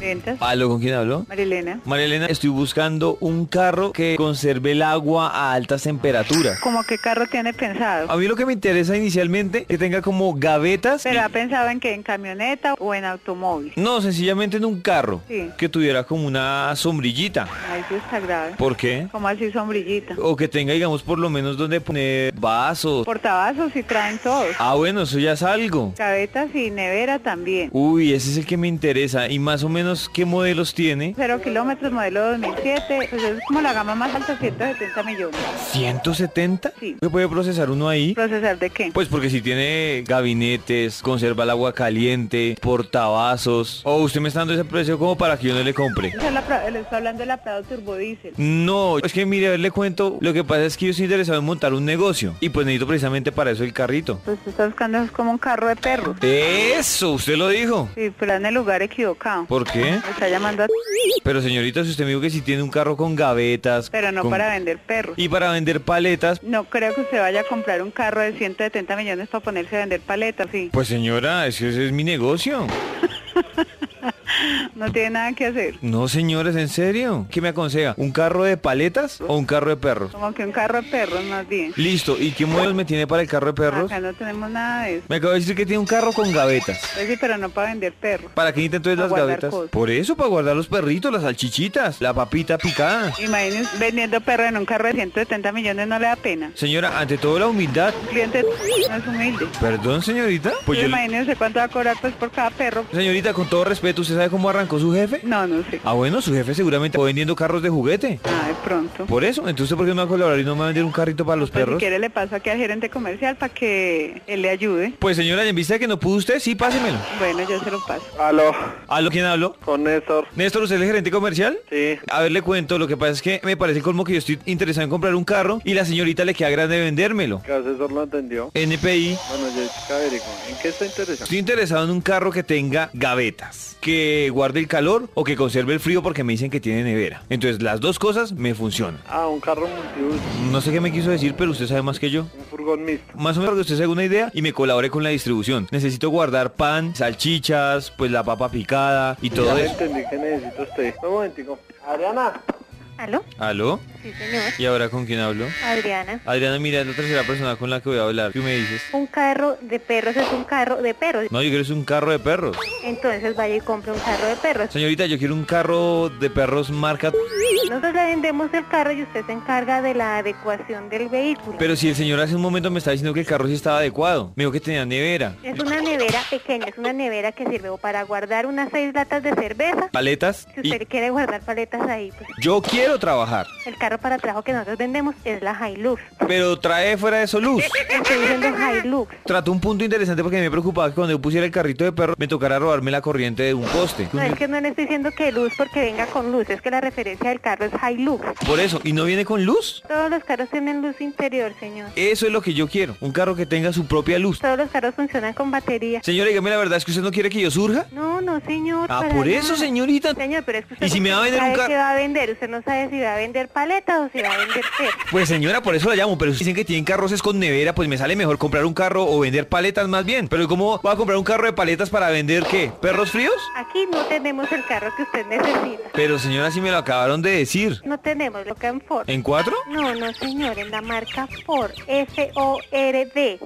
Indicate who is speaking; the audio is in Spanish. Speaker 1: Ventas.
Speaker 2: ¿Aló, con quién hablo?
Speaker 1: Marilena.
Speaker 2: María Elena, estoy buscando un carro que conserve el agua a altas temperaturas.
Speaker 1: ¿Cómo qué carro tiene pensado?
Speaker 2: A mí lo que me interesa inicialmente que tenga como gavetas.
Speaker 1: ¿Pero ha pensado en que en camioneta o en automóvil?
Speaker 2: No, sencillamente en un carro
Speaker 1: Sí.
Speaker 2: que tuviera como una sombrillita.
Speaker 1: Ay, eso está grave.
Speaker 2: ¿Por qué?
Speaker 1: ¿Cómo así sombrillita?
Speaker 2: O que tenga, digamos, por lo menos donde poner vasos.
Speaker 1: Portavasos sí traen todos.
Speaker 2: Ah, bueno, eso ya es algo.
Speaker 1: Gavetas y nevera también.
Speaker 2: Uy, ese es el que me interesa. Y más o menos, ¿qué modelos tiene?
Speaker 1: Cero kilómetros, modelo 2007. Pues es como la gama más alta, 170 millones.
Speaker 2: ¿170?
Speaker 1: Sí.
Speaker 2: ¿Qué puede procesar uno ahí?
Speaker 1: ¿Procesar de qué?
Speaker 2: Pues porque si tiene gabinetes, conserva el agua caliente, portavasos. O usted me está dando ese precio como para que yo no le compre.
Speaker 1: Esa es la Pra- Le estoy hablando de la Prado Turbodiesel.
Speaker 2: No, es que mire, a ver, le cuento. Lo que pasa es que yo estoy interesado en montar un negocio. Y pues necesito precisamente para eso el carrito.
Speaker 1: Pues tú estás buscando es como un carro de perro.
Speaker 2: Eso, usted lo dijo.
Speaker 1: Sí, pero en el lugar equivocado.
Speaker 2: ¿Por qué?
Speaker 1: Me está llamando a...
Speaker 2: Pero señorita, si usted me dijo que si tiene un carro con gavetas.
Speaker 1: Pero no
Speaker 2: con-
Speaker 1: para vender perros.
Speaker 2: Y para vender paletas.
Speaker 1: No creo que usted vaya a comprar un carro de 170 millones para ponerse a vender paletas, sí.
Speaker 2: Pues señora, es que ese es mi negocio.
Speaker 1: No tiene nada que hacer.
Speaker 2: No, señores, en serio. ¿Qué me aconseja? ¿Un carro de paletas o un carro de perros?
Speaker 1: Como que un carro de perros más bien.
Speaker 2: Listo, ¿y qué modelos me tiene para el carro de perros?
Speaker 1: Acá no tenemos nada de eso.
Speaker 2: Me acabo de decir que tiene un carro con gavetas.
Speaker 1: Pues sí, pero no para vender perros.
Speaker 2: ¿Para qué necesita entonces
Speaker 1: Para
Speaker 2: las
Speaker 1: guardar
Speaker 2: gavetas?
Speaker 1: cosas.
Speaker 2: Por eso, para guardar los perritos, las salchichitas, la papita picada.
Speaker 1: Imagínense vendiendo perros en un carro de 170 millones no le da pena.
Speaker 2: Señora, ante todo la humildad.
Speaker 1: Un cliente no es humilde.
Speaker 2: Perdón, señorita. Pues
Speaker 1: Pues
Speaker 2: yo...
Speaker 1: Imagínense cuánto va a cobrar pues por cada perro.
Speaker 2: Señorita, con todo respeto, ¿usted sabe cómo arrancó su jefe?
Speaker 1: No, no sé.
Speaker 2: Ah, bueno, su jefe seguramente fue vendiendo carros de juguete.
Speaker 1: Ah, de pronto.
Speaker 2: Por eso, entonces, ¿por qué no va a colaborar y no me va a vender un carrito para los
Speaker 1: Pues si
Speaker 2: perros?
Speaker 1: quiere le paso aquí al gerente comercial para que él le ayude.
Speaker 2: Pues señora, y en vista de que no pudo usted, sí, pásemelo.
Speaker 1: Bueno, yo se lo paso.
Speaker 3: Aló,
Speaker 2: ¿Aló, quién habló?
Speaker 3: con Néstor.
Speaker 2: Néstor, ¿usted es el gerente comercial?
Speaker 3: Sí,
Speaker 2: A ver, le cuento, lo que pasa es que me parece colmo que yo estoy interesado en comprar un carro y la señorita le queda grande vendérmelo.
Speaker 3: que Néstor lo entendió.
Speaker 2: NPI,
Speaker 3: Bueno, Jessica Verico, ¿en qué está interesado?
Speaker 2: estoy interesado en un carro que tenga gavetas, que guarde el calor o que conserve el frío porque me dicen que tiene nevera. Entonces, las dos cosas me funcionan.
Speaker 3: Ah, un carro multiuso,
Speaker 2: No sé qué me quiso decir, pero usted sabe más que yo.
Speaker 3: un furgón mixto.
Speaker 2: Más o menos para que usted se haga una idea y me colabore con la distribución. Necesito guardar pan, salchichas, pues la papa picada y
Speaker 3: Ya
Speaker 2: todo
Speaker 3: le
Speaker 2: eso.
Speaker 3: entendí que necesita usted. Un momentico. Ariana.
Speaker 4: ¿Aló?
Speaker 2: ¿Aló?
Speaker 4: Sí, señor.
Speaker 2: ¿Y ahora con quién hablo?
Speaker 4: Adriana.
Speaker 2: Adriana, mira, es la tercera persona con la que voy a hablar. ¿Qué me dices?
Speaker 4: Un carro de perros es un carro de perros.
Speaker 2: No, yo quiero es un carro de perros.
Speaker 4: Entonces vaya y compre un carro de perros.
Speaker 2: Señorita, yo quiero un carro de perros marca...
Speaker 4: Nosotros le vendemos el carro y usted se encarga de la adecuación del vehículo.
Speaker 2: Pero si el señor hace un momento me está diciendo que el carro sí estaba adecuado. Me dijo que tenía nevera.
Speaker 4: Es una nevera pequeña, es una nevera que sirve o para guardar unas seis latas de cerveza.
Speaker 2: Paletas.
Speaker 4: Si
Speaker 2: Y
Speaker 4: usted quiere guardar paletas ahí, pues
Speaker 2: yo quiero trabajar.
Speaker 4: el carro para trabajo que nosotros vendemos es la Hilux.
Speaker 2: Pero trae fuera de eso luz.
Speaker 4: Estoy diciendo Hilux.
Speaker 2: Trató un punto interesante porque me preocupaba que cuando yo pusiera el carrito de perro me tocara robarme la corriente de un poste.
Speaker 4: No es que no le estoy diciendo que luz porque venga con luz, es que la referencia del carro es Hilux.
Speaker 2: Por eso, ¿y no viene con luz?
Speaker 4: Todos los carros tienen luz interior, señor.
Speaker 2: Eso es lo que yo quiero. Un carro que tenga su propia luz.
Speaker 4: Todos los carros funcionan con batería.
Speaker 2: Señora, dígame la verdad, ¿es que usted no quiere que yo surja?
Speaker 4: No, no, señor.
Speaker 2: Ah,
Speaker 4: para
Speaker 2: por eso,
Speaker 4: nada.
Speaker 2: señorita.
Speaker 4: Señor, pero es que usted
Speaker 2: ¿Y si me va a
Speaker 4: no
Speaker 2: vender un
Speaker 4: sabe
Speaker 2: carro?
Speaker 4: qué va a vender. Usted no sabe si va a vender paletas o si va a vender perros.
Speaker 2: Pues señora, por eso la llamo, pero si dicen que tienen carros es con nevera, pues me sale mejor comprar un carro o vender paletas más bien. Pero ¿cómo va a comprar un carro de paletas para vender qué? ¿Perros fríos?
Speaker 4: Aquí no tenemos el carro que usted necesita.
Speaker 2: Pero señora, si me lo acabaron de decir.
Speaker 4: No tenemos lo que en Ford.
Speaker 2: ¿En cuatro?
Speaker 4: No, no, señor, en la marca Ford. F-O-R-D.